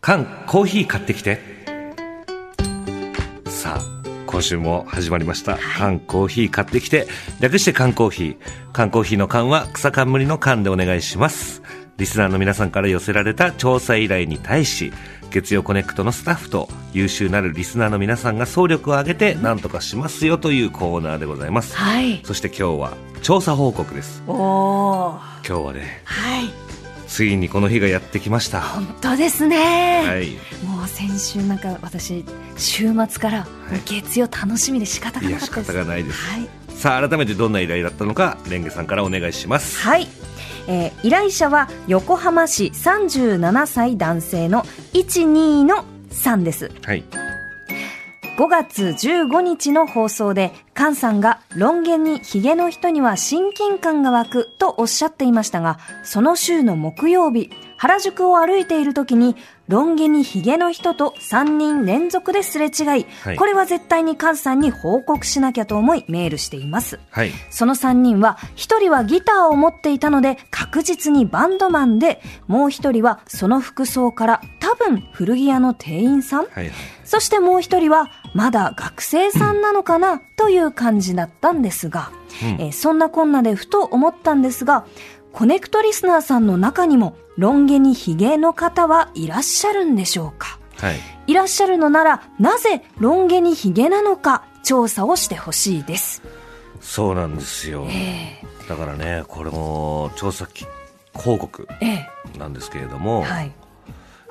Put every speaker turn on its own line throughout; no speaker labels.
缶コーヒー買ってきてさあ今週も始まりました「缶コーヒー買ってきて」略して缶コーヒー缶コーヒーの缶は草冠の缶でお願いしますリスナーの皆さんから寄せられた調査依頼に対し月曜コネクトのスタッフと優秀なるリスナーの皆さんが総力を挙げて何とかしますよというコーナーでございます
はい。
そして今日は調査報告です
おお。は
今日はね
い。
ついにこの日がやってきましたは
本当ですね。
い
もう先週なんか私週末からもう月曜楽しみで仕方が
い
な
や
かっ
仕
たです。
方がないです
はい。
さあ改めてどんな依頼だったのかレンゲさんからお願いします
はい、えー依頼者は横浜市37歳男性の12の3です
はい
5月15日の放送で菅さんが論言にヒゲの人には親近感が湧くとおっしゃっていましたがその週の木曜日原宿を歩いている時に論言にヒゲの人と3人連続ですれ違い、
はい
これは絶対に菅さんに報告しなきゃと思いメールしています
はい
その3人は、1人はギターを持っていたので確実にバンドマンで、もう1人はその服装から多分古着屋の店員さん
はいはい
そしてもう1人はまだ学生さんなのかなという感じだったんですが、
うん
えーそんなこんなでふと思ったんですが、コネクトリスナーさんの中にも、ロン毛にヒゲの方はいらっしゃるんでしょうか
はい
いらっしゃるのなら、なぜロン毛にヒゲなのか調査をしてほしいです。
そうなんですよ
え
だからねこれも調査き報告
ー、え
なんですけれども、
ー、はい。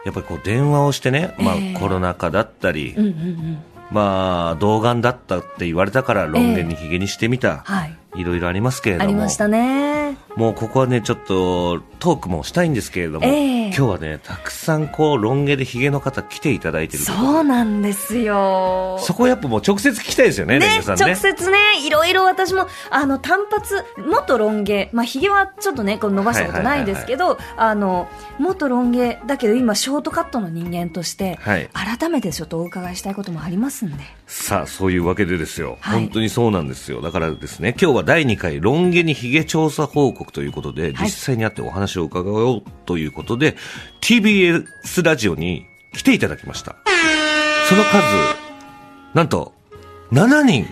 やっぱりこう電話をしてね、まあ
ええ
コロナ禍だったり、
うんうんうん。
まあ童顔だったって言われたから論言にひげにしてみた、
はい。
いろいろありますけれど
あ
も
りましたね。
もうここはねちょっとトークもしたいんですけれども、
ええ
今日はねたくさんこう論毛でひげの方来ていただいてるということ
そうなんですよ。
でそこやっぱもう直接聞きたいですよねレン
ね
ゲさんね
直接ね、いろいろ私も、あの、単発、元ロン毛、まあ、ヒゲはちょっとね、こう伸ばしたことないですけど、あの、元ロン毛、だけど今、ショートカットの人間として、
はい
改めてちょっとお伺いしたいこともありますんで。
さあそういうわけでですよ、
はい
本当にそうなんですよだからですね今日は第2回論毛にひげ調査報告ということで、
はい
実際に会ってお話を伺おうということで TBS ラジオに来ていただきましたその数なんと7人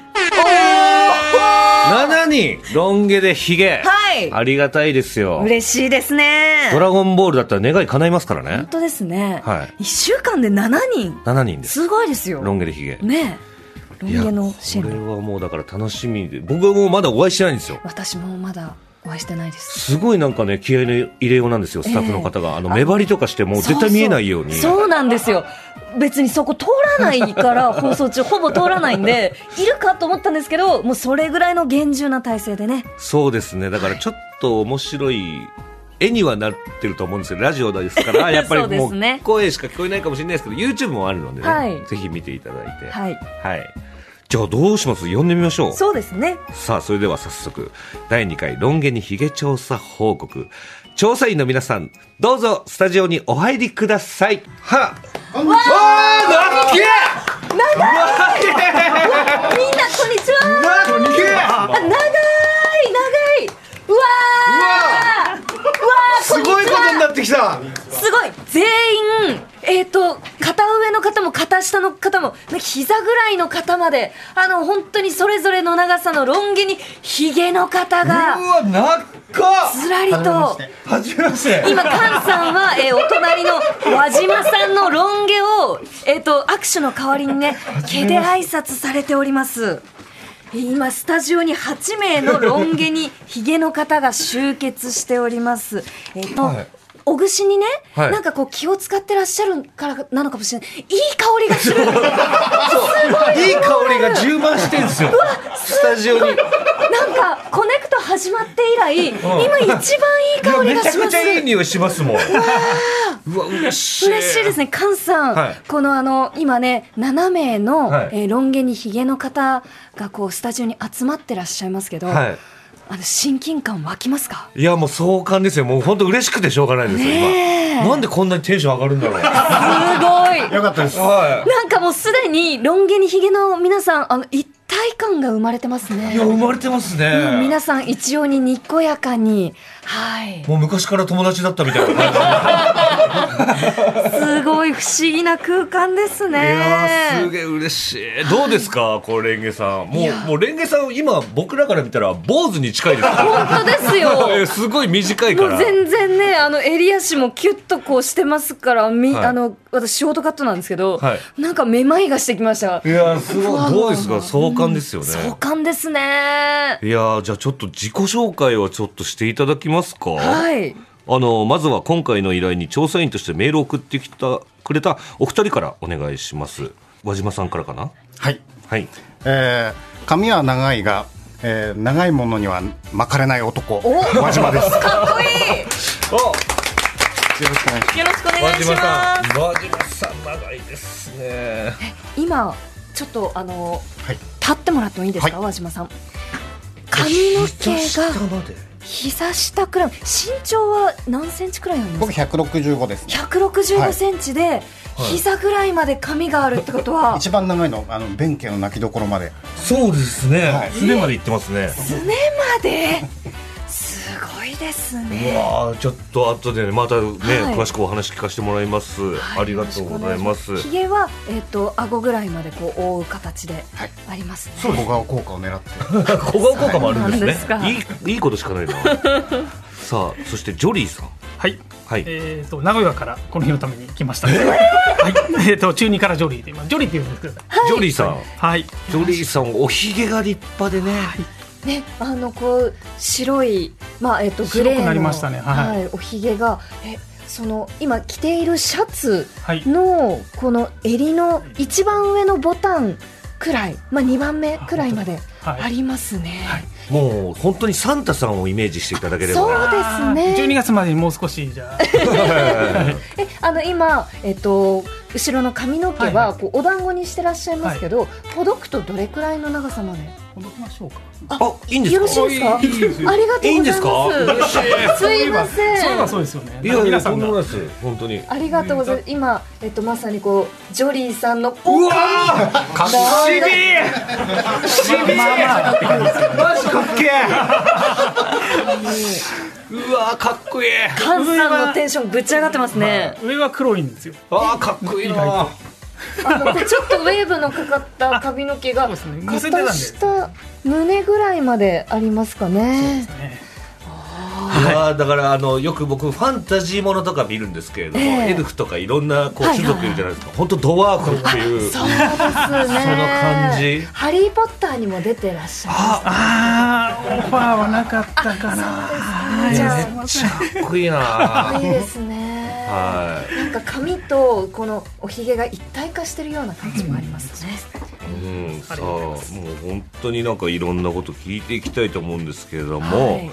7人ロン毛でひげ
はい
ありがたいですよ
嬉しいですね。
ドラゴンボールだったら願い叶いますからね
本当ですね。
はい
一週間で7人。
7人です
すごいですよ。
ロン毛でひげ
ねえロン毛のシ
これ
ェル。
はもうだから楽しみで僕はもうまだお会いしてないんですよ
私もまだお会いしてないです。
すごいなんかね気合いの入れようなんですよスタッフの方が、あの目張りとかしてもう絶対見えないように
そうそうそうなんですよ別にそこ通らないから放送中ほぼ通らないんでいるかと思ったんですけどもうそれぐらいの厳重な体制でね
そうですねだからちょっと面白い絵にはなってると思うんですよラジオですか らやっぱり
そうで
も
すね
う声しか聞こえないかもしれないですけど YouTube もあるのでね、
はい
ぜひ見ていただいて
はい
はい、じゃあどうします呼んでみましょう
そうですね
さあ、それでは早速、第2回ロン毛にヒゲ調査報告。調査員の皆さん、どうぞスタジオにお入りください。はわあ、なっけ
みんなこんにちは
なっけ
あ長い長いうわーうわー
すごいことになってきた
すごい全員えっ、と片上の方も片下の方もなんか膝ぐらいの方まであの本当にそれぞれの長さのロン毛にヒゲの方が
わなっか
ずらりと。
はじめまして
今菅さんは、えーお隣の輪島さんのロン毛を、えー、と握手の代わりにね毛で挨拶されております今スタジオに8名のロン毛にヒゲの方が集結しておりますえっ、と、
はい
おぐしにね、
はい
なんかこう気を使ってらっしゃるからなのかもしれないいい香りがする
いい香りが充満してんすよスタジオに
なんかコネクト始まって以来今一番いい香り
め
が
ちゃ
し
く
ます
ちゃいい匂いしますもんうわ嬉しい
嬉しいですね、菅さん、
はい
このあの今ね、7名の、
はい
えーロン毛にひげの方がこうスタジオに集まってらっしゃいますけど、
は
あの親近感湧きますか
いいやもう壮観ですよもう本当嬉しくてしょうがないですよ
ねえ
今なんでこんなにテンション上がるんだろう
すごい、
よかったです。
は
なんかもうすでにロン毛にひげの皆さん、あの一体感が生まれてます
いいや
ね。
生まれてますね
皆さん一様ににこやかに
はい。
もう昔から友達だったみたいな感じ。
すごい不思議な空間です
いやーす
ね。
げえ嬉しい。どうですか、これレンゲさん。もう、もうレンゲさん、今僕らから見たら坊主に近いですか
本当ですよ。
ら。えすごい短いか
もう
ら。
全然ね、あの襟足もキュッとこうしてますから、み、
はい
あの、私ショートカットなんですけど、
はい
なんかめまいがしてきました
い。やーす
ふわふ
ご
わ
い。どうですか、壮観ですよね。
壮観ですね。
いやーじゃあちょっと自己紹介をちょっとしていただきますか。
はい。
あの、まずは今回の依頼に調査員としてメールを送ってきた、くれたお二人からお願いします。和島さんからかな
はい、
はい。
えー髪は長いが、えー長いものには巻かれない男輪島ですよ
かっこい
お
ろしくお願いし
い。よろしくお願いしま
ん。和島さん長いですね。
す。今、ちょっとあの、
ますはい
立ってもらってもいいですか、
はい
和島さん。髪の毛が
まで
膝下くらい、身長は何センチくらいあります
僕
か
165ですねは
?165
い
センチで、膝ぐらいまで髪があるってことは、
一番長いのあの弁慶の泣きどころまで
そうですね
はい。
すねまで行ってますね。
すねまですごいです
う
ね。
わーちょっと後でねまたね、
はい
詳しくお話聞かせてもらいます、ありがとうございます
ひげはえっ、と顎ぐらいまでこう覆う形で
はい
ありますね。
小顔効果を狙って
小顔効果もあるんです
そうなん
ね
で
いいいいことしかないなさあそしてジョリーさん
はい、
はい、
えっ、と名古屋からこの日のために来ました。はい、えっ、と中二からジョリーで、まあ、ジョリーって言うんですけど。
ジョリーさん、
はい、
ジョリーさんおひげが立派でね、
ねあのこう白いまあえっ、とグ
白く
レーの
なりましたね
は、
はいい
おひげがえその今着ているシャツ
はい、
のこの襟の一番上のボタンくらいまあ二番目くらいまであ
はい。
りますね。
はい
もう本当にサンタさんをイメージしていただければ
そうですね
十二月までにもう少し じゃ
えあの今、えっと、後ろの髪の毛
はい
は
は
こうお団子にしてらっしゃいますけど、ほどくとどれくらいの長さまで
あ、ほどきましょうか。
あいいんですか
よろしいですかありがとうございます
いいんですか
すいま
そういえ
せ
ば
ん
そうですよね。
いやい
皆
や
さ
と
ん
んで
が
もないです本当に
ありがとうございます今、えっと、まさにこうジョリーさんのポう
かっ
マジかっけえ
うわーかっこいい
カンさんのテンションぶち上がってますね、
上は黒いんですよ。
あーかっこいいな
あのこうちょっとウェーブのかかった髪の毛が
そうですね結んでたんで
肩下胸ぐらいまでありますかね
ね
いやーだからあのよく僕ファンタジーものとか見るんですけれども、
ええ
エルフとかいろんなこう
はい
種族いるじゃないですか、本当ドワーフっていう
そうですねその
感じ
ハリー・ポッターにも出てらっしゃいます
ああ、オファーはなかったかな。
じゃあ
めっちゃかっこいいな
いいですね。
は
なんか髪とこのおひげが一体化してるような感じもありますね。
い、うん、さあもう本当になんかいろんなこと聞いていきたいと思うんですけれども、
はい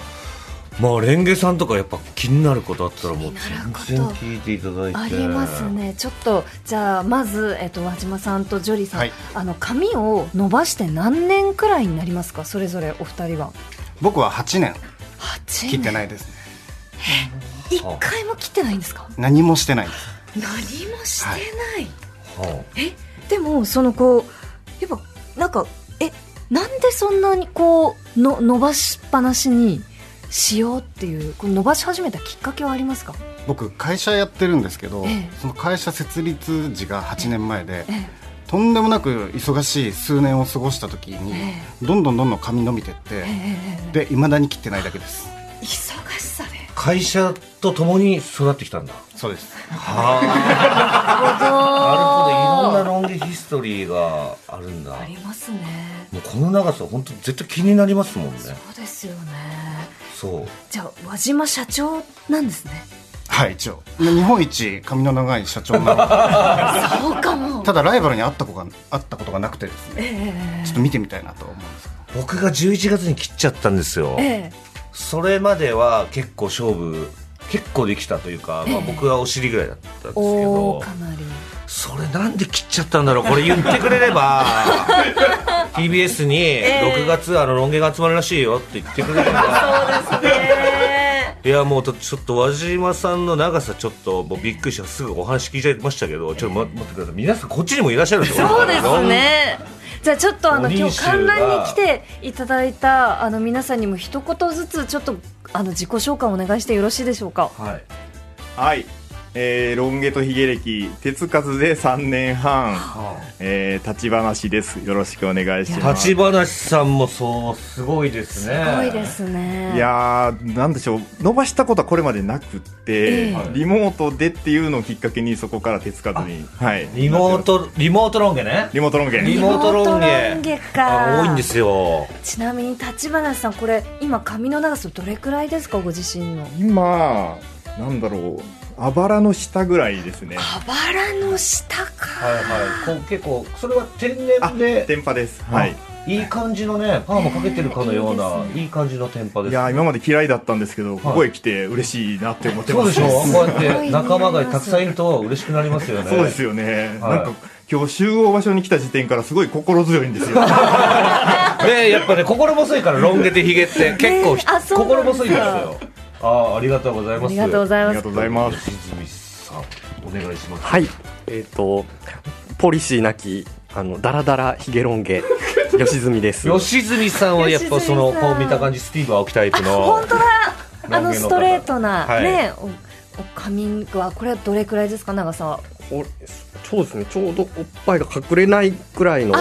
まあレンゲさんとかやっぱ気になることあったらもう
気になること
全然聞いていただいて
ありますね。ちょっとじゃあまずえっと和島さんとジョリーさん、
はい
あの髪を伸ばして何年くらいになりますかそれぞれお二人は。
僕は8年
八
切って
年。
ないですね
一回も切ってないんですか。
何もしてないです
何もしてない。
は
でもそのこうやっぱなんかえなんでそんなにこうの伸ばしっぱなしにしようっていうこう伸ばし始めたきっかけはありますか。
僕会社やってるんですけど、
ええ
その会社設立時が8年前で、
ええ
とんでもなく忙しい数年を過ごした時に、
え
どんどんどんどん髪伸びてって、でいまだに切ってないだけです
忙しさで。
あ会社と共に育ってきたんだ
そうです
なるほどい
な
ろんなロン毛ヒストリーがあるんだ
ありますね。
もうこの長さ本当絶対気になりますもんね
そうですよね。
そう
じゃあ和島社長なんですね。
はい一応で日本一髪の長い社長 なの
そうかも
で。ただライバルに会った子が会ったことがなくてですね
え
ちょっと見てみたいなと思うんですけど
僕が11月に切っちゃったんですよ
ええ
それまでは結構勝負結構できたというか、まあ、僕はお尻ぐらいだったんですけ
お
ど
おかなり。
それなんで切っちゃったんだろうこれ言ってくれれ ば TBS に6月あのロン毛が集まるらしいよって言ってくれれ ば
そうですね。
いやもうとちょっと和島さんの長さちょっともうびっくりしたすぐお話聞いちゃいましたけどちょっと待待ってください皆さんこっちにもいらっしゃるんですよ
そうですね。じゃあちょっとあの
五
今
人
日
衆が
観覧に来ていただいたあの皆さんにも一言ずつちょっとあの自己紹介お願いしてよろしいでしょうか。
はい。
はい、えー、ロン毛とヒゲ歴手つかずで3年半、えー、立ち話ですよろしくお願いします
立花さんもそう、すごいですね。
すごいですね。
いやーなんでしょう伸ばしたことはこれまでなくって、
ええ
リモートでっていうのをきっかけにそこから手つかずに、はい、
リモート、リモートロン毛ね。
リモートロン毛
リモートロン毛
リモートロン毛か
あ多いんですよ。
ちなみに立花さんこれ今髪の長さどれくらいですかご自身の。
今なんだろうあばらの下ぐらいですね
あばらの下か。
はいはい。こう結構、それは天然で、
電波ですはい
いい感じのね、パーもかけてるかのよ
えー
う
い
な、
いです
いい感じのテンパで
い
す。
やー今まで嫌いだったんですけど、ここへ来て嬉しいなって思って
そう
ま
ですしょこうやっ
すごい
て
ね
仲間がたくさんいると嬉しくなりますよね。
そうですよね、
はい
なんか今日集合場所に来た時点からすごい心強いんです よ
ねやっぱね心細いからロン毛でヒゲって結構ひ、
ねあそうな
心
んです
細
よ
いんですよああありがとうございます
ありがとうござい
あ
ま
りが
す
と。うございます
泉さんお願いします
はい、えっ、と、ポリシーなき、あの、だらだらひげロン 毛、吉住です。
吉住さんはやっぱその
吉住さ
こ
ん
う見た感じスティーブ・アオキタイプの
本当だ。あのストレートな、
はい
ねおお髪はこれはどれくらいですか長さは。
おそうですね、ちょうどおっぱいが隠れないくらいの、は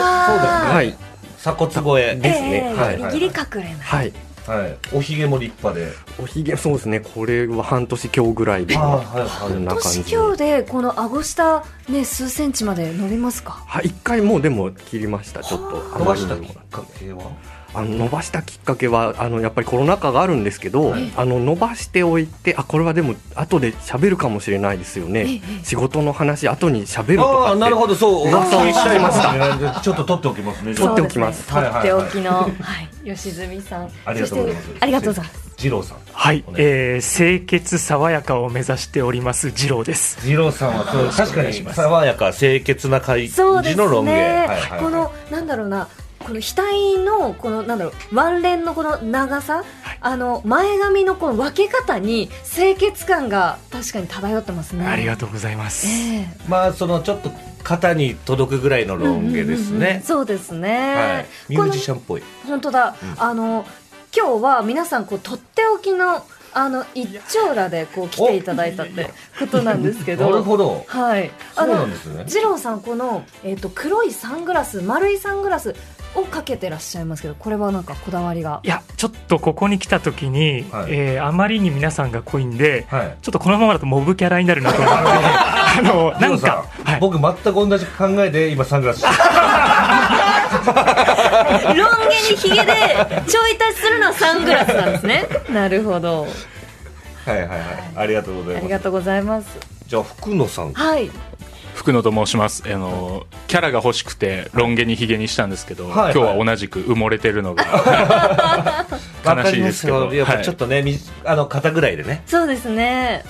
あ
い、
鎖骨越え
ー
ですね
ええ
はい
ギリギリ隠れない。
はい。
はいおひげも立派で
おひげ、そうですね、これは半年強ぐらいで、
あはいはい
こんな感じ
年。強でこの顎下ね数センチまで伸びますか。
はい、一回もうでも切りました、ちょっと。
伸ばした
あまり
き
に
っ
も
かけは
あの伸ばしたきっかけはあのやっぱりコロナ禍があるんですけど、あの伸ばしておいてあこれはでも後で喋るかもしれないですよね、仕事の話後に喋ると
あ
か
あ
って
なるほ どそうお
噂をしちゃいました
たちょっと取っておきますねじゃあ
取っておきます
そうでね
はい
とっ
はいはい
ておきの、はい、吉住さん。
ありがとうございます
そしてありがとうございます。
二郎さん
はい
お、願い
えー、清潔爽やかを目指しております二郎です。
二郎さんはそう確かに爽やか清潔な感じ
そうですね。
のロン毛はいはいはい
このなんだろうな。この額のこのなんだろうワンレンのこの長さ、あの前髪のこの分け方に清潔感が確かに漂ってますね。
ありが
と
とうございます。
え
まあそのちょっと肩に届くぐらいの
え
ロン毛です
うんうんうんうん
ね。
そうです
はい
ね。。
ミュージシャンっぽい。
本当だ、あの今日は皆さんこうとっておきのあの一丁羅でこう来ていただいたってことなんですけ
な
ど
るほど。
はい
そ
あ
うな
の
んですね。
二郎さんこの、えっと黒いサングラス丸いサングラスをかけてらっしゃいますけどこれはなんかこだわりが
いや、ちょっとここに来た時に、
はい
えーあまりに皆さんが濃いんで、
はい。
ちょっとこのままだとモブキャラになるなと 思って、あの、
二
な
郎
ん
さ
か、
ん、
はい、
僕全く同じ考えで今サングラスして る。
ロン毛にヒゲ でちょい足しするのはサングラスなんですねなるほど
はいはいはい。ありがとうござ
あ
い
り
ま
が
す。
とうございます
じゃあ福野さん。
はい
福野と申しますあのキャラが欲しくてロン毛にヒゲにしたんですけど、
はい
今日は同じく埋もれてるのが、
わか
悲し
り
い
ま
です
す
けど
よ。やっぱ
はい
ちょっとね、みあの肩ぐらいでね。
そうですね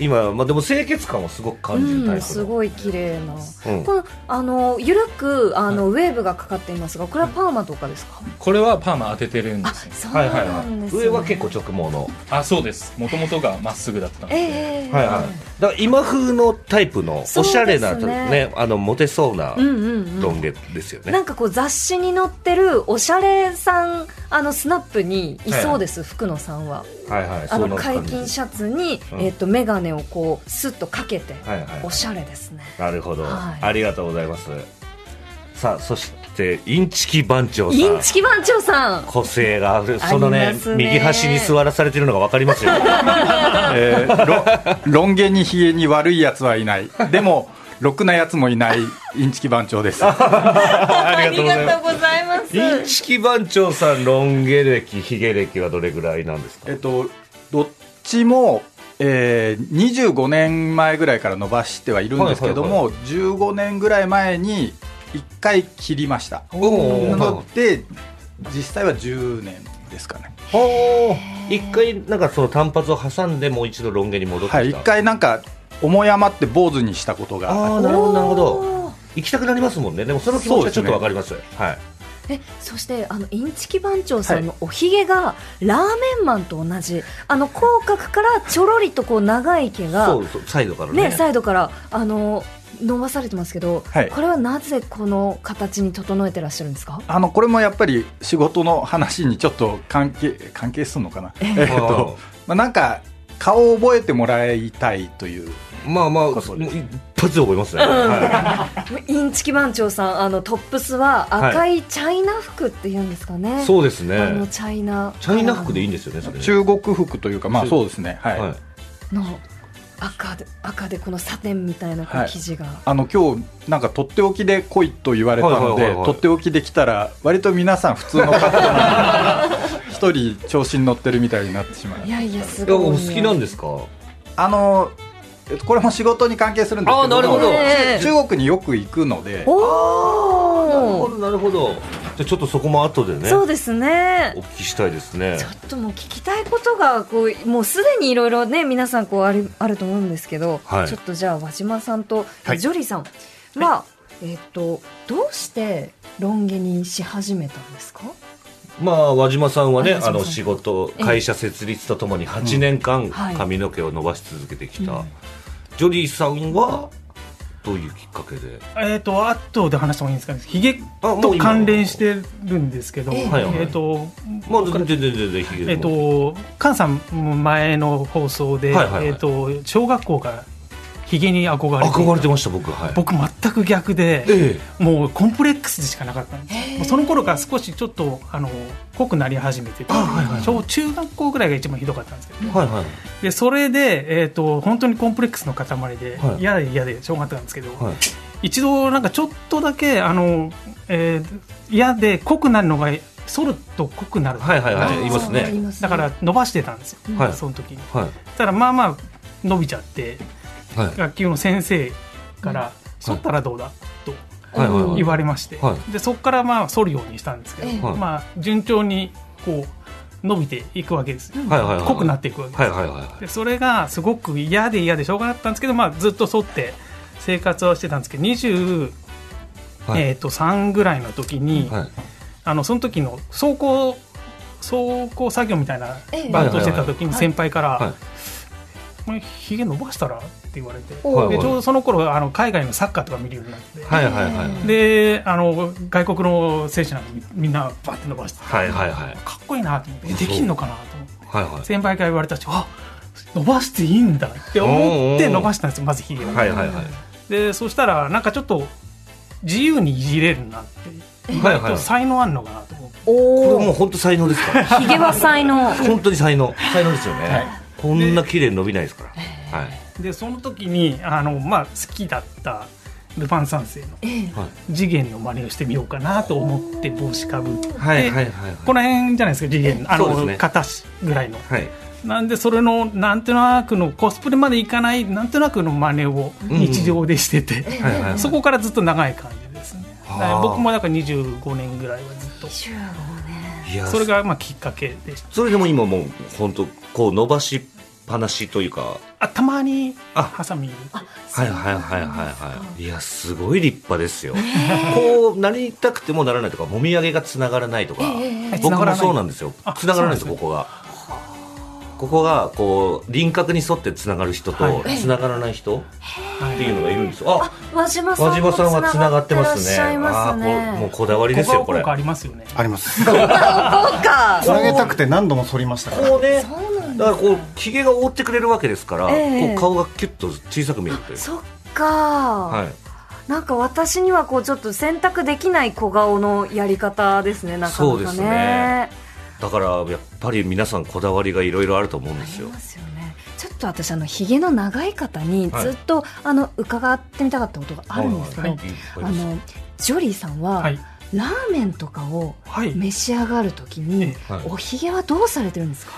今まあでも清潔感をすごく感じるタイプ
う
の。
ん、すごい綺麗な、
うん
このあの緩くあの、ウェーブがかかっていますがこれはパーマとかですか、
これはパーマ当ててるんで
あ
すね
そう
はいはい
な
は
んです、
い。
ね
上は結構直毛の。
あそうですもともとがまっすぐだったんで、
ええええ
はいはい。だから今風のタイプのおしゃれな
そうですね
ね、あのモテそうな
うんうんう
ロ
ん
ン毛ですよね
な。んかこう雑誌に載ってるおしゃれさんあのスナップにいそうです、福野さんは
はいはい、
あ
そ
の
うなん
解
ですかね
禁シャツに、
うん
えっとメガネをこうスッとかけて、
はいはいはい
おしゃれですね
なるほど、
はい
ありがとうございますさあそしてインチキ番長さん
インチキ番長さん
個性があるその
あ
ね
りますね
右端に座らされてるのが分かりま すよ
えーロロン毛にヒゲに悪いやつはいないでもろくなやつもいないインチキ番長 です
あ
ありがとうございます
インチキ番長さんロン毛歴ヒゲ歴はどれぐらいなんですか
えっとどっちも、えー25年前ぐらいから伸ばしてはいるんですけども、
は
15年ぐらい前に1回切りました
おお
なので実際は10年ですかね
お一回なんかその単発を挟んでもう一度ロン毛に戻ってきた、
はい1回なんか思い余って坊主にしたことが
ああなるほどなるほど行きたくなりますもんねでもその気持ちはちょっと
そ
分
うですね
かりますはい
えそしてあのインチキ番長さんのおひげが、ラーメンマンと同じあの口角からちょろりとこう長い毛が
そうそうサイドからね
ねサイドからあの伸ばされてますけど、
はい
これはなぜこの形に整えてらっしゃるんですか
あのこれもやっぱり仕事の話にちょっと関係関係するのかな、
え
えっとまあ、なんか顔を覚えてもらいたいという
まあまあ一発で覚えますね、
インチキ番長さんあのトップスは赤いチャイナ服っていうんですかね、
そうですね
あのチャイナ
チャイナ服でいいんですよねそれね
中国服というかまあそうですねはい、
の赤で赤でこのサテンみたいなこ
は
の
い
生地が、
あの今日なんかとっておきで来いと言われたの
はいはい
で
はいはい
とっておきで来たら割と皆さん普通の方なので一人調子に乗ってるみたいになってしまう
いやいやす
いや
ごい
お好きなんですか
あのえっとこれも仕事に関係するんですけど
あーなるほど
ええ中国によく行くので
お
なるほどじゃあちょっとそこも後でね
そうですね
お聞きしたいですね
ちょっともう聞きたいことがこうもうすでにいろいろね皆さんこうありあると思うんですけど、
はい
ちょっとじゃあ和島さんと、
はい
ジョリーさんは、えっとどうしてロン毛にし始めたんですか
まあ和島さんはね
和島
あ
さん
の仕事
ええ
会社設立とともに8年間
はい
髪の毛を伸ばし続けてきた、
うん
ジョリーさんはどういうきっかけで
えっ、と、後で話した方がいいんですかね。ヒゲ
もう
と
今
関連してるんですけど、
え
え
え
っ、
はいはい
と、
まあ全然全然全然
えっ、と、菅さんも前の放送で、
はいはいはい
えっ、と、小学校からヒゲに憧れていた
憧れてました僕はい
僕全く逆で、
え
もうコンプレックスでしかなかったんですよもうその頃から少しちょっとあの濃くなり始めてて、小中学校ぐらいが一番ひどかったんですけど、
はいはい
でそれで、えー、と本当にコンプレックスの塊で、
はい
嫌で嫌でしょうがなかったんですけど、
はい
一度なんかちょっとだけあの、えー嫌で濃くなるのが剃ると濃くなる
はいはいはい
あー
いますね
そうなんだだから伸ばしてたんですよ、
はい
その時に
はい
ただまあまあ伸びちゃって
はい
学級の先生から「剃ったらどうだ?」と
はいはいはい
言われまして
は
でそこからまあ剃るようにしたんですけ
ええ
ど
はい
まあ順調にこう伸びていくわけですよ
はいはいはい
濃くなっていくわけで
はいはいはい
すでそれがすごく嫌で嫌でしょうがなかったんですけどまあずっと剃って生活はしてたんですけど20
はい
えーと3ぐらいの時に
はい
あのその時の走行走行作業みたいな
ええ
バイトしてた時に先輩から、
はい
これひげ伸ばしたらって言われて、
おう
でちょうどその頃あの海外のサッカーとか見るようになって、
はいはいはい
であの外国の選手なんかみみんなバッて伸ばしてか
はいはいはい
っこいいなと思ってできんのかなと思って
はいはい
先輩から言われたしあ伸ばしていいんだって思って伸ばしたんですよまずひげを、
はいはいはい
でそしたらなんかちょっと自由にいじれるなって意外
はいは
と
い
才能あんのかなと
こ
お
れもう本当才能です から
ひげは才能
本当に才能才能ですよね、こんな綺麗に伸びないですから、はい
でその時にあの、まあ、好きだったルパン三世の
はい
次元の真似をしてみようかなと思って帽子かぶって、
はいはいはい
この辺じゃないですか次元あ
そうです
の、
ね
片足ぐらいの。
はい
なんでそれのなんとなくのコスプレまでいかないなんとなくの真似を日常でしてて、
はいはいはい
そこからずっと長い感じですね。だ
はあ
から僕もなんか25年ぐらいはずっと
いや
それがまあきっかけでした
それでも今もう本当こう伸ばしっぱなしというか
あたまにハサミ
はいはいはいはいはいいやすごい立派ですよ、こうなりたくてもならないとかもみあげがつながらないとか、
ええええ
僕もそうなんですよ
あ
つながらないんです
そうなんですね
よここがここがこう輪郭に沿ってつながる人と
はい
つながらない人っていうのがいるんですよ、あ
和島さん
和島さんはつながってますね
つながってらっしゃいますね
あーこもうこだわりですよこれ
ありますよね
あり ます
そうか
つなげたくて何度も反りましたから
こうねだからこうひげが覆ってくれるわけですから、
ええ
こう顔がキュッと小さく見えるという
そっか、
はい
なんか私にはこうちょっと選択できない小顔のやり方ですねなか
そう
な
で
か
す
ね
ねだからやっぱり皆さんこだわりがいろいろあると思うんですよ
ちょっと私あのひげの長い方に
はい
ずっと、あの伺ってみたかったことがあるんですけど、
はいはいはい
あのジョリーさんは、ラーメンとかを召し上がるときに、
はい
おひげはどうされてるんですか、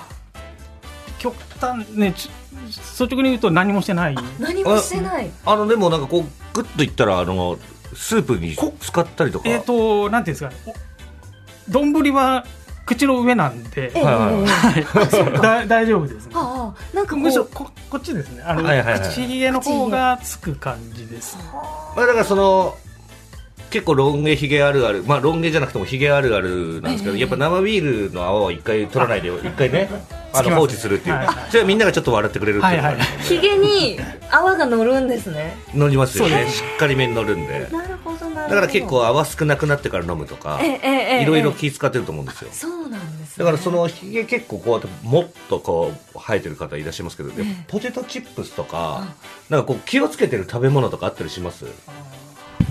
極端ねち率直に言うと何もしてない
何もしてない
あのでもなんかこうグッといったらあのスープに使ったりとか
えっ、となんていうんですかねお丼は口の上なん
え
で、
え
はい、だ 大丈夫ですね
ああなんかこ
むしろ
う
ここっちですねあの、
はいはいはい
口ひげの方がつく感じです
まあだからその結構ロン毛ひげあるある、まあ、ロン毛じゃなくてもひげあるあるなんですけど、やっぱ生ビールの泡を一回取らないで一回ねあ
つき
の
ます
放置するっていう、じゃあみんながちょっと笑ってくれるっていうのがある、
ひげに泡が乗るんですね。
乗りますよ
そう
ね
です
しっかりめに乗るんで
なるほどなるほど。
だから結構泡少なくなってから飲むとか
ええええええ
いろいろ気使ってると思うんですよ
そうなんです。
だからそのひげ結構こうやってもっとこう生えてる方いらっしゃいますけど、でもポテトチップスとかなんかこう気をつけてる食べ物とかあったりします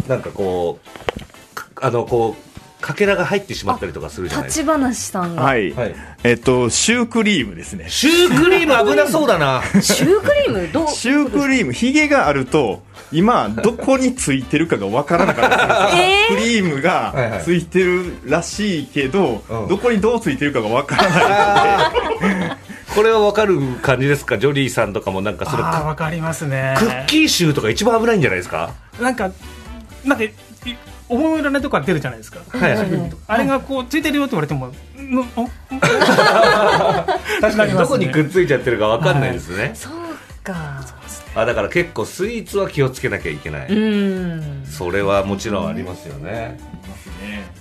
なんかこうかあのこうかけらが入ってしまったりとかするじゃないです
立花さん
か
が、
はい、
えっとシュークリームですね
シュークリーム危なそうだ な
シュークリー ムどう
シュークリームヒゲがあると今どこについてるかがわからなかった りするクリームがついてるらしいけど、どこにどうついてるかがわからない
これはわかる感じですかジョリーさんとかもなんかその
あー
ク
わかりますね
クッキー臭とか一番危ないんじゃないですか
なんかなんかい思い入れないとこが出るじゃないですか、
はいはい
あれがこうついてるよって言われてものお
確かにどこにくっついちゃってるかわかんないですね、
か。
あだから結構スイーツは気をつけなきゃいけない、
うん。
それはもちろんありますよね、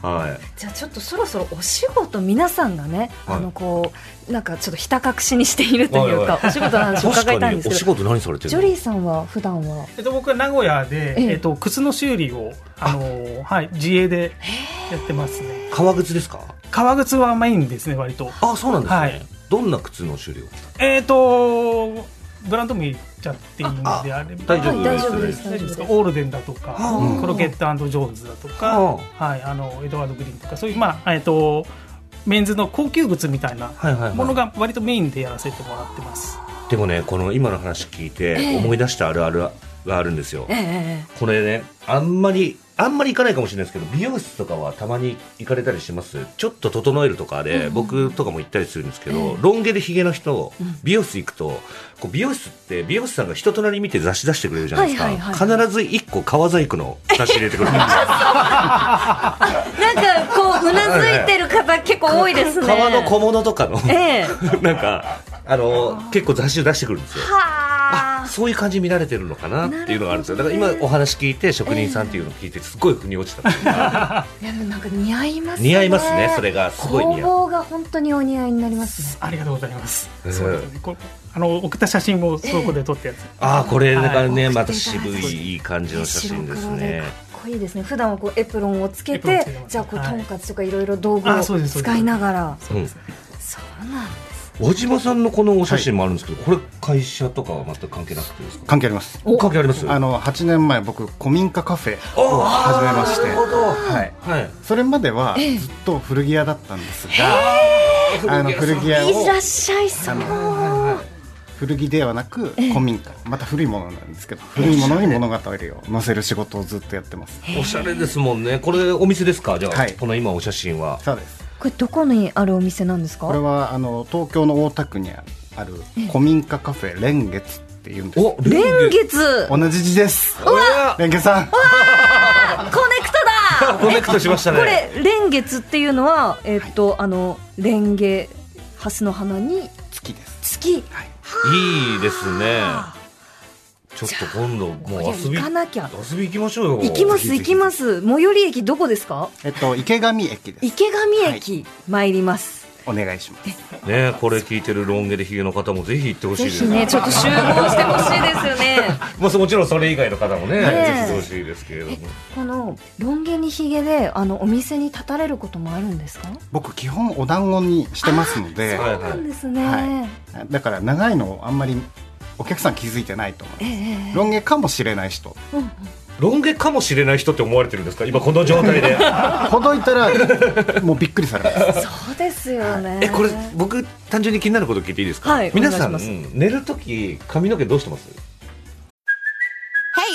はい
じゃあちょっとそろそろお仕事皆さんがね、
はい
あのこうなんかちょっとひた隠しにしているというか、お仕事の話を伺いたいんですけど
確かにお仕事何されてる
ジ
の
ョリーさんは普段は
えっと、僕は名古屋で、
ええ
えっと、靴の修理を、あのーはい、自営でやってますね。
革靴ですか
革靴はメインですね、割と。
あそうなんですね、
はい
どんな靴の種類を
えっ、と、ブランド名言っちゃっていいんであれば
大丈夫ですはい大丈夫です
大丈夫ですかオールデンだとか
うん、
クロケットジョーンズだとか、はい、あの、エドワード・グリーンとか、そういう、まあ、えっ、と、メンズの高級靴みたいな
はいはいはい
ものが割とメインでやらせてもらってます。
でもねこの今の話聞い
ええ
て思い出したあるあるがあるんですよ、
え
これねあんまりあんまり行かないかもしれないですけど美容室とかはたまに行かれたりしますちょっと整えるとかで、僕とかも行ったりするんですけど、ロン毛でヒゲの人を美容室行くとこう美容室って美容師さんが人となり見て雑誌出してくれるじゃないですか、
はいはいは
必ず1個革細工の雑誌入 れてくれるんですよ
なんかこううなずいてる方結構多いですね
革の小物とかの、
え
なんかあの結構雑誌を出してくるんですよあそういう感じに見られてるのかなっていうのがあるんですよだから今お話聞いて職人さんっていうのを聞いてすごい腑に落ちたというか、
いやでもなんか似合いますね
似合いますねそれがすごい似合う
工房が本当にお似合いになりますね
ありがとうございます。
うん
そうですねこあの送った写真も倉庫で撮ったやつ。
ああこれ
はい
がね、また渋いいい感じの写真ですね
かっこいいですね普段はこうエプロンをつけ
エ
て
プロンつけて
じゃあこうとんかつとかいろいろ道具を
あそうですそうです
使いながら
うん
そうなんです
輪島さんのこのお写真もあるんですけど、これ会社とかは全く関係なくてですか
関係あります
関係あります
あの8年前僕古民家カフェを始めまして
なるほど
はいそれまでは
ええ
ずっと古着屋だったんです
へ
があの古着屋を
いらっしゃいそう
古着ではなく
ええ
古民家また古いものなんですけど古いものに物語を載せる仕事をずっとやってます
おしゃれですもんねこれお店ですかじゃあ、
はい
この今お写真は
そうです
これどこにあるお店なんです
これ
か
はあの東京の大田区にある古民家カフェ蓮月っていうんです
お
蓮月
同じ字です蓮月さん
コネクトだ
コネクトしましたね
これ蓮月っていうのはえっと、あのレンゲハスの花に
月です
月
いいですね。ちょっと今度もう遊
行
び
かなきゃ
遊び行きましょうよ。
行きます
ぜひ
行きます最寄り駅どこですか
えっと池上駅です
池上駅参ります、
お願いします
ねこれ聞いてるロン毛でヒゲの方もぜひ行ってほしい
ぜ
です
ひねちょっと集合してほしいですよね
まあもちろんそれ以外の方もね
ね
ぜひ行ってほしいですけれども。
このロン毛にひげであのお店に立たれることもあるんですか
僕基本お団子にしてますので
そう
なんですね、
だから長いのあんまりお客さん気づいてないと思う
ええ
ロン毛かもしれない人
ロン毛かもしれない人って思われてるんですか今この状態で。
ほどいたらもうびっくりされます
そうですよね
えこれ僕単純に気になること聞いていいですか。
はい
皆さ
お
ん
願いし
寝るとき髪の毛どうしてます？
Hey,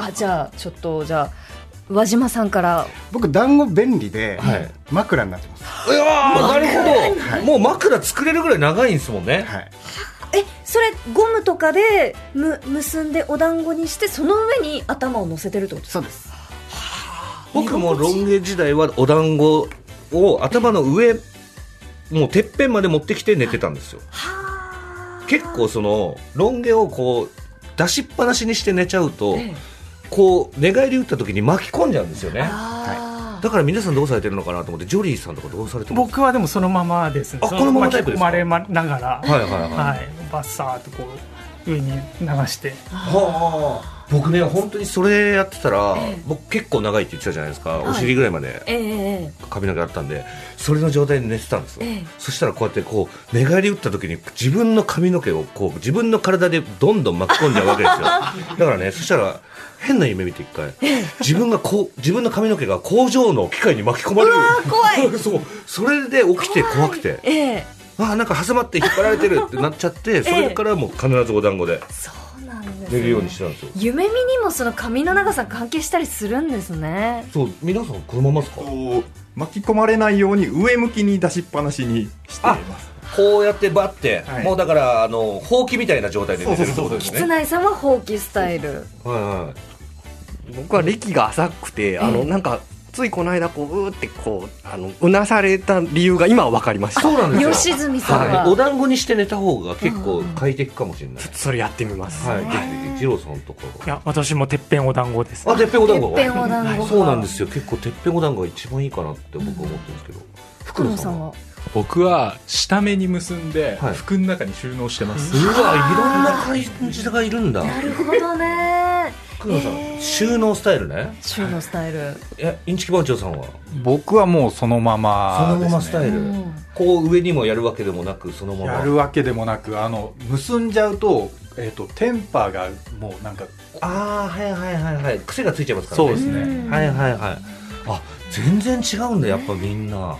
あじゃあちょっとじゃあ
和島さんから
僕団子便利で、枕になってます
いやーなるほどもう枕作れるぐらい長いんですもんね、
えそれゴムとかでむ結んでお団子にしてその上に頭を乗せてるってこと
そうです
僕もロン毛時代はお団子を頭の上もうてっぺんまで持ってきて寝てたんですよ結構そのロン毛をこう出しっぱなしにして寝ちゃうと、
ええ
こう寝返り打った時に巻き込んじゃうんですよね
あ
だから皆さんどうされてるのかなと思ってジョリーさんとかどうされてる
僕はでもそのままですね
あ
そ
このままタイプですか
巻き込まれながら、
はいはいはい
バッサーっとこう上に流して
はあ僕ね本当にそれやってたら、僕結構長いって言ってたじゃないですか、
はい
お尻ぐらいまで
ええ
髪の毛あったんでそれの状態で寝てたんですよ、
ええ
そしたらこうやってこう寝返り打った時に自分の髪の毛をこう自分の体でどんどん巻き込んじゃうわけ ですよだからねそしたら変な夢見て一回自分がこう自分の髪の毛が工場の機械に巻き込まれる
怖
い そうそれで起きて怖くて
えええ
あーなんか挟まって引っ張られてるってなっちゃってそれからもう必ずお団子で
そうなんですね
寝るようにしてたんですよ
夢見にもその髪の長さ関係したりするんですね
そう皆さんこのままですか
巻き込まれないように上向きに出しっぱなしにしています
こうやってバッて、
はい
もうだからあのほうきみたいな状態で寝てるってことです
室
ね
内さんはほうきスタイル
はいはい
僕は歴が浅くてあのなんかついこの間こううーってこうあのうなされた理由が今は分かりました
そうなんですよ
吉住さんは、
お団子にして寝た方が結構快適かもしれない、ちょっと
それやってみます
はいぜひ二郎さんとか
いや私もてっぺんお団子です
あてっぺんお団子
てっぺんお団子
はいそうなんですよ結構てっぺんお団子が一番いいかなって僕は思ってるんですけど、福野さんは
僕は下目に結んで、
はい
服の中に収納してます、
うわいろんな感じがいるんだ
なるほどね
福野さん、収納スタイルね
週のスタイル
えインチキ番長さんは
僕はもうそのまま
そのままスタイル、こう上にもやるわけでもなくそのまま
やるわけでもなくあの結んじゃうと,、えー、とテンパがもうなんか
ああはいはいはいはい癖がついちゃいますから
そ
ね
うですねうん
はいはいはいあ全然違うんだやっぱみんな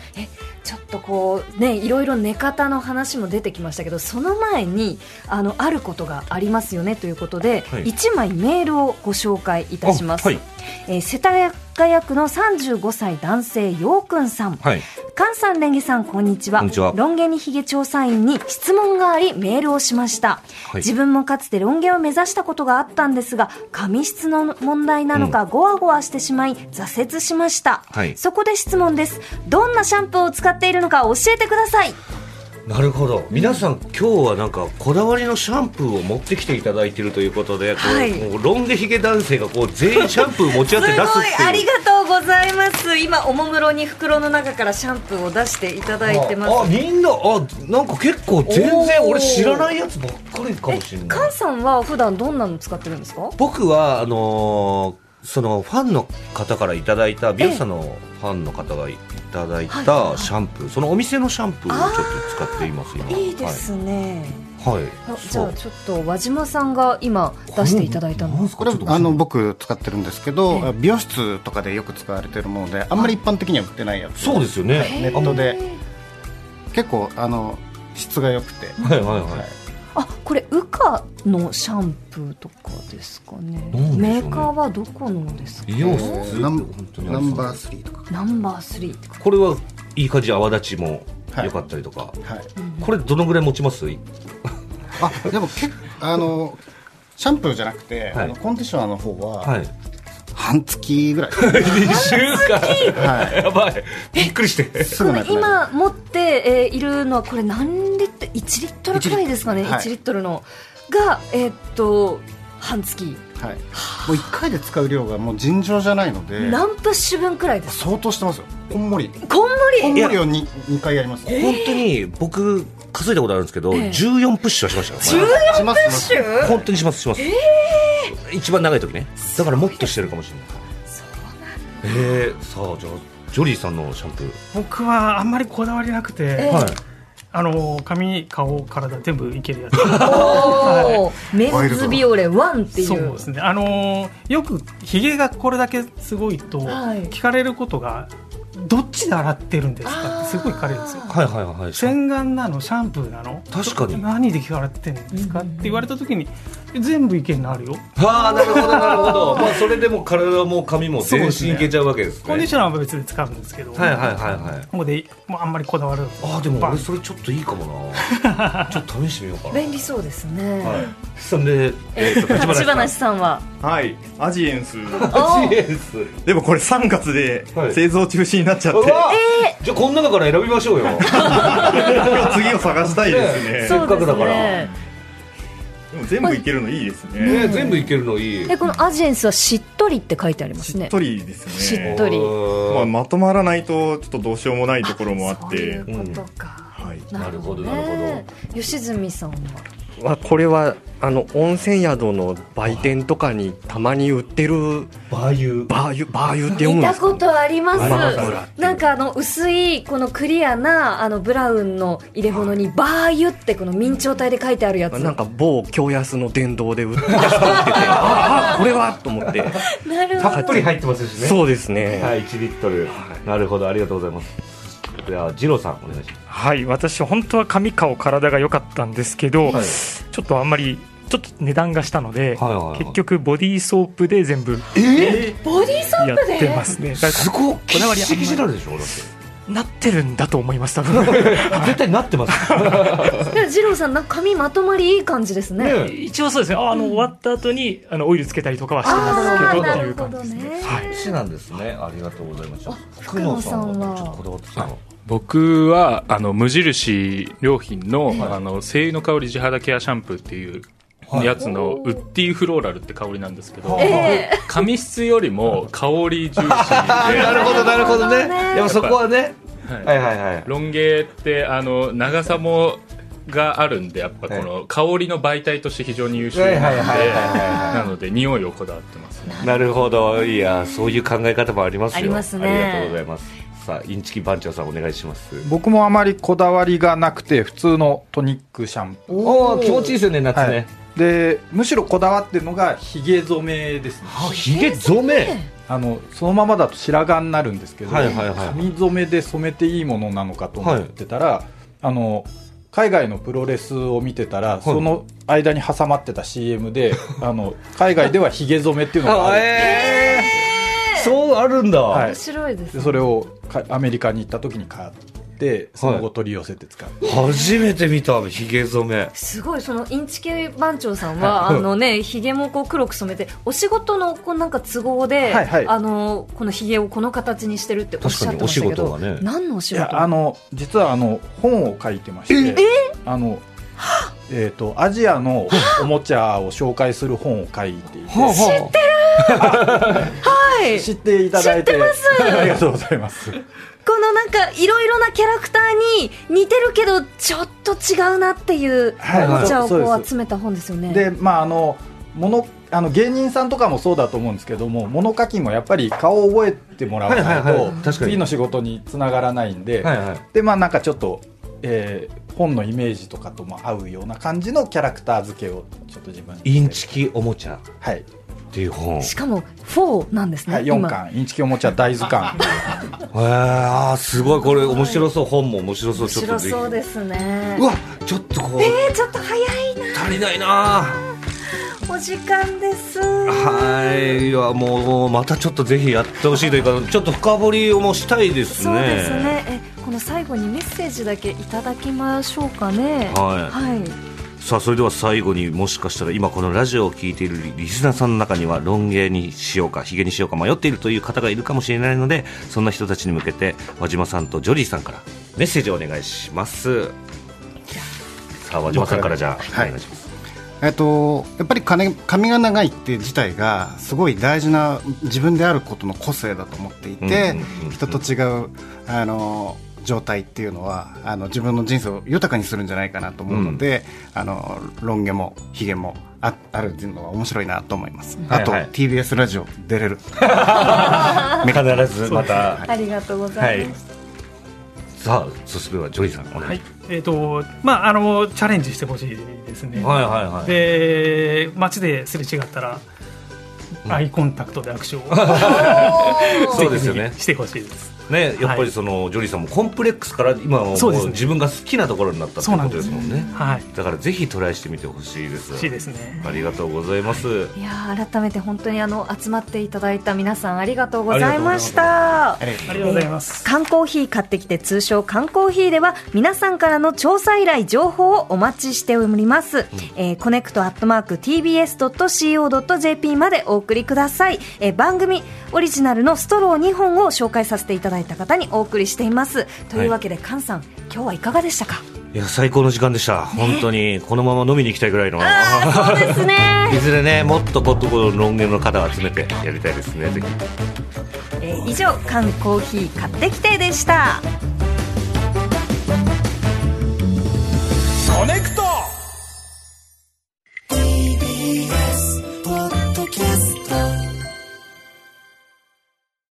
ちょっとこうねいろいろ寝方の話も出てきましたけどその前にあのあることがありますよねということで、
はい
一枚メールをご紹介いたします、
あはい
えー世田谷区の35歳男性ようくんさん、
はい
菅さん、レンゲさん、こんにちは。
こんにちは
ロン毛にヒゲ調査員に質問があり、メールをしました。
はい
自分もかつてロン毛を目指したことがあったんですが、髪質の問題なのか、ゴワゴワしてしまい、挫折しました。
はい
そこで質問です。どんなシャンプーを使っているのか教えてください。
なるほど皆さん今日はなんかこだわりのシャンプーを持ってきていただいているということで、こう
はい
もうロン毛ひげ男性がこう全員シャンプー持
す
ち合っ
ご
て
い
出すっていう
ありがとうございます今おもむろに袋の中からシャンプーを出していただいてます
ああみんなあなんか結構全然俺知らないやつばっかりかもしれない
菅さんは普段どんなの使ってるんですか
僕はあのーそのファンの方からいただいた美容師さんのファンの方がいただいたシャンプー、そのお店のシャンプーをちょっと使っています今
いいですね、
はい、
あ
はい、
じゃあちょっと和島さんが今出していただいたの
これあの僕使ってるんですけど、美容室とかでよく使われてるものであんまり一般的には売ってないやつ
そうですよね
はいネットで結構あの質が良くて
はいはいはい
あこれウカのシャンプーとかですかねメーカーはどこのですか
美容室
ナン
当にあ
ナ
りそう
ンバースリーとか
ナンバースリーって
これはいい感じ泡立ちも良かったりとか、これどのぐらい持ちます
あでも結あのシャンプーじゃなくて、
はい
あのコンディショナーの方は、
はい
半 月ぐらい
2週間、
はい、
やばいびっくりして
すぐなくなる
今持って、えーいるのはこれ何リットル1リットルくらいですかね
はい
1リットルのがえーっと半月
はい、もう1回で使う量がもう尋常じゃないので
何プッシュ分くらいですか
相当してますよこんもり
こんもり
こんもりを 2, 2回やります
本当に僕稼いだことあるんですけど、
ええ
14プッシュはしましたよ
14
プッシ
ュ
本当にしますします、
え
一番長い時ねだからもっとしてるかもしれないえー、さあじゃあジョリーさんのシャンプー
僕はあんまりこだわりなくて、
えはい
あの髪顔体全部いける やつ
お
は
ーメンズビオレワンっていう
そうですねあのーよくひげがこれだけすごいと
はい
聞かれることがどっちで洗ってるんですかってすごい聞かれるんですよ。
はいはいはい。
洗顔なのシャンプーなの
確かに
何で洗ってんですかって言われた時に全部意見があるよ
ああなるほどなるほどまあそれでも体も髪も全身いけちゃうわけですね
コンディショナーは別で使うんですけど
はいはいはいはい
ここでもうあんまりこだわる
あでも俺それちょっといいかもなちょっと試してみようかな
便利そうですね、
はいそんで、え
え
ー、
ーと
と
立
立
花
花
さ
さ
ん
ん
は
はいアジエンス
ア
ジエンス
でもこれ3月で製造中止になっちゃって、
うわじゃあこの中から選びましょうよ
次を探したいですね
ねせっかくだからね
でも全部いけるのいいですね
ね全部いけるのいい
えこのアジエンスはしっとりって書いてありますね
しっとりですね
しっとり
まあ、まとまらないとちょっとどうしようもないところもあって
とか、
なるほど
ねえ吉住さんは
まあ、これはあの温泉宿の売店とかにたまに売ってる
バーユ
バーユバーユって読むん
見
で
た
すか
ことあります
ありますほら
なんかあの薄いこのクリアなあのブラウンの入れ物に「バーユ」ってこの明朝体で書いてあるやつ
なんか某京安の殿堂で売ってた人売って てああこれはと思って
なるほど
たっぷり入ってますしねそうですね
はい、1リットル。なるほど、ありがとうございます。では、ジローさん、お願いします。
はい私本当は髪顔体が良かったんですけど、
はい
ちょっとあんまりちょっと値段がしたので、
はいはいはい
結局ボディーソープで全部
えボディーソ
や
ープで
ってますね
すごい
こだわりあんまり
きっしりなるでしょだって
なってるんだと思います多分 絶
対なってます
でも二郎さんなんか髪まとまりいい感じですね
一応そうですねああの終わった後にあのオイルつけたりとかはしてますけどっていう感じですね
はいそうなんですねありがとうございました
福野さんは
こだわってきたの
僕はあの無印良品の,、あの精油の香り地肌ケアシャンプーっていうやつのウッディフローラルって香りなんですけど、
え
髪質よりも香り重 視
なるほどなるほどねやっぱそこはね
は
は
い
いはいはい
ロン毛ってあの長さもがあるんでやっぱこの香りの媒体として非常に優秀なので
はいはいはいはいはい
なので匂いをこだわってますね
なるほど。いや、そういう考え方もありますよ。
ありますね
ありがとうございます。さあ、インチキ番長さん、お願いします。
僕もあまりこだわりがなくて普通のトニックシャンプー
おお気持ちいいですよね夏ね、
はいでむしろこだわってるのがひげ染めですね
ひげ染め
あのそのままだと白髪になるんですけど、
はいはいはい
髪染めで染めていいものなのかと思ってたら、あの海外のプロレスを見てたら、その間に挟まってた CM であの海外ではひげ染めっていうのがある
そうあるんだ、
はい
面白いです
でそれをかアメリカに行った時に買ってその後取り寄せて使う、
初めて見たひげ染め
すごいそのインチキ番長さんは、
はい
あのねひげもこう黒く染めてお仕事のこうなんか都合で、
はいはい
あのこのひげをこの形にしてるっておっしゃってましたけど、何のお仕
い
事
やあの実はあの本を書いてましてあのえー、とアジアのおもちゃを紹介する本を書いていて
知ってはい
知っていただいて
知ってます
ありがとうございます
このなんかいろいろなキャラクターに似てるけどちょっと違うなっていう
はい
おもちゃをこ
そう
う
です
集めた本ですよね。
でまああのものあの芸人さんとかもそうだと思うんですけども物書きもやっぱり顔を覚えてもらわない
はいはいはい確か
と
に
次の仕事につながらないんで、
はいはい
でまあなんかちょっと、えー本のイメージとかとも合うような感じのキャラクター付けをちょっと自分に
インチキおもちゃ。
はい。って
いう本。
しかも4なんですね、
はい、4巻インチキおもちゃ大図鑑
えあーすごいこれ面白そう本も面白そう
面
ちょっ
白
とぜひ
そうですね
うわちょっとこう
えー、ちょっと早いな
足りないなあ
お時間です
はいいやもうまたちょっとぜひやってほしいというかちょっと深掘りをもしたいですね
そうですねえこの最後にメッセージだけいただきましょうかね
はい
はい、
さあそれでは最後にもしかしたら今このラジオを聞いているリリスナーさんの中にはロン毛にしようかヒゲにしようか迷っているという方がいるかもしれないのでそんな人たちに向けて和島さんとジョリーさんからメッセージをお願いしますさあ和島さんからじゃあ、お願いします
えっと、やっぱり髪髪が長いって自体がすごい大事な自分であることの個性だと思っていて
うんうんうんうん
人と違うあの状態っていうのはあの自分の人生を豊かにするんじゃないかなと思うので、あのロン毛もヒゲもああるっていうのは面白いなと思います、
はい
あと
はい
TBS ラジオ出れる
必ずまた
ありがとうございます、
さあそしてではジョリーさんお願いします、
えっ、とまああのチャレンジしてほしいですね
はいはいはい
で街ですれ違ったらアイコンタクトで握手を、
そうですよね
してほしいです
ね、やっぱりその、ジョリーさんもコンプレックスから今の、
そうですね
自分が好きなところになったということですもんね
はい
だからぜひトライしてみてほしいです
欲しいですね
ありがとうございます、
いやー改めて本当にあの集まっていただいた皆さんありがとうございまし
あ
た。
り
がとうございます。
缶コーヒー買ってきて通称缶コーヒーでは皆さんからの調査依頼情報をお待ちしております。えー、コネクトアットマーク tbs.co.jp までお送りください。えー、番組オリジナルのストロー2本を紹介させていただいた方にお送りしています。というわけで、菅さん、今日はいかがでしたか
いや最高の時間でした、本当にこのまま飲みに行きたいぐらいの
そうですね。
いずれねもっとこっとこのロン毛の方を集めてやりたいですねぜひ
えー以上、缶コーヒー買ってきてでした。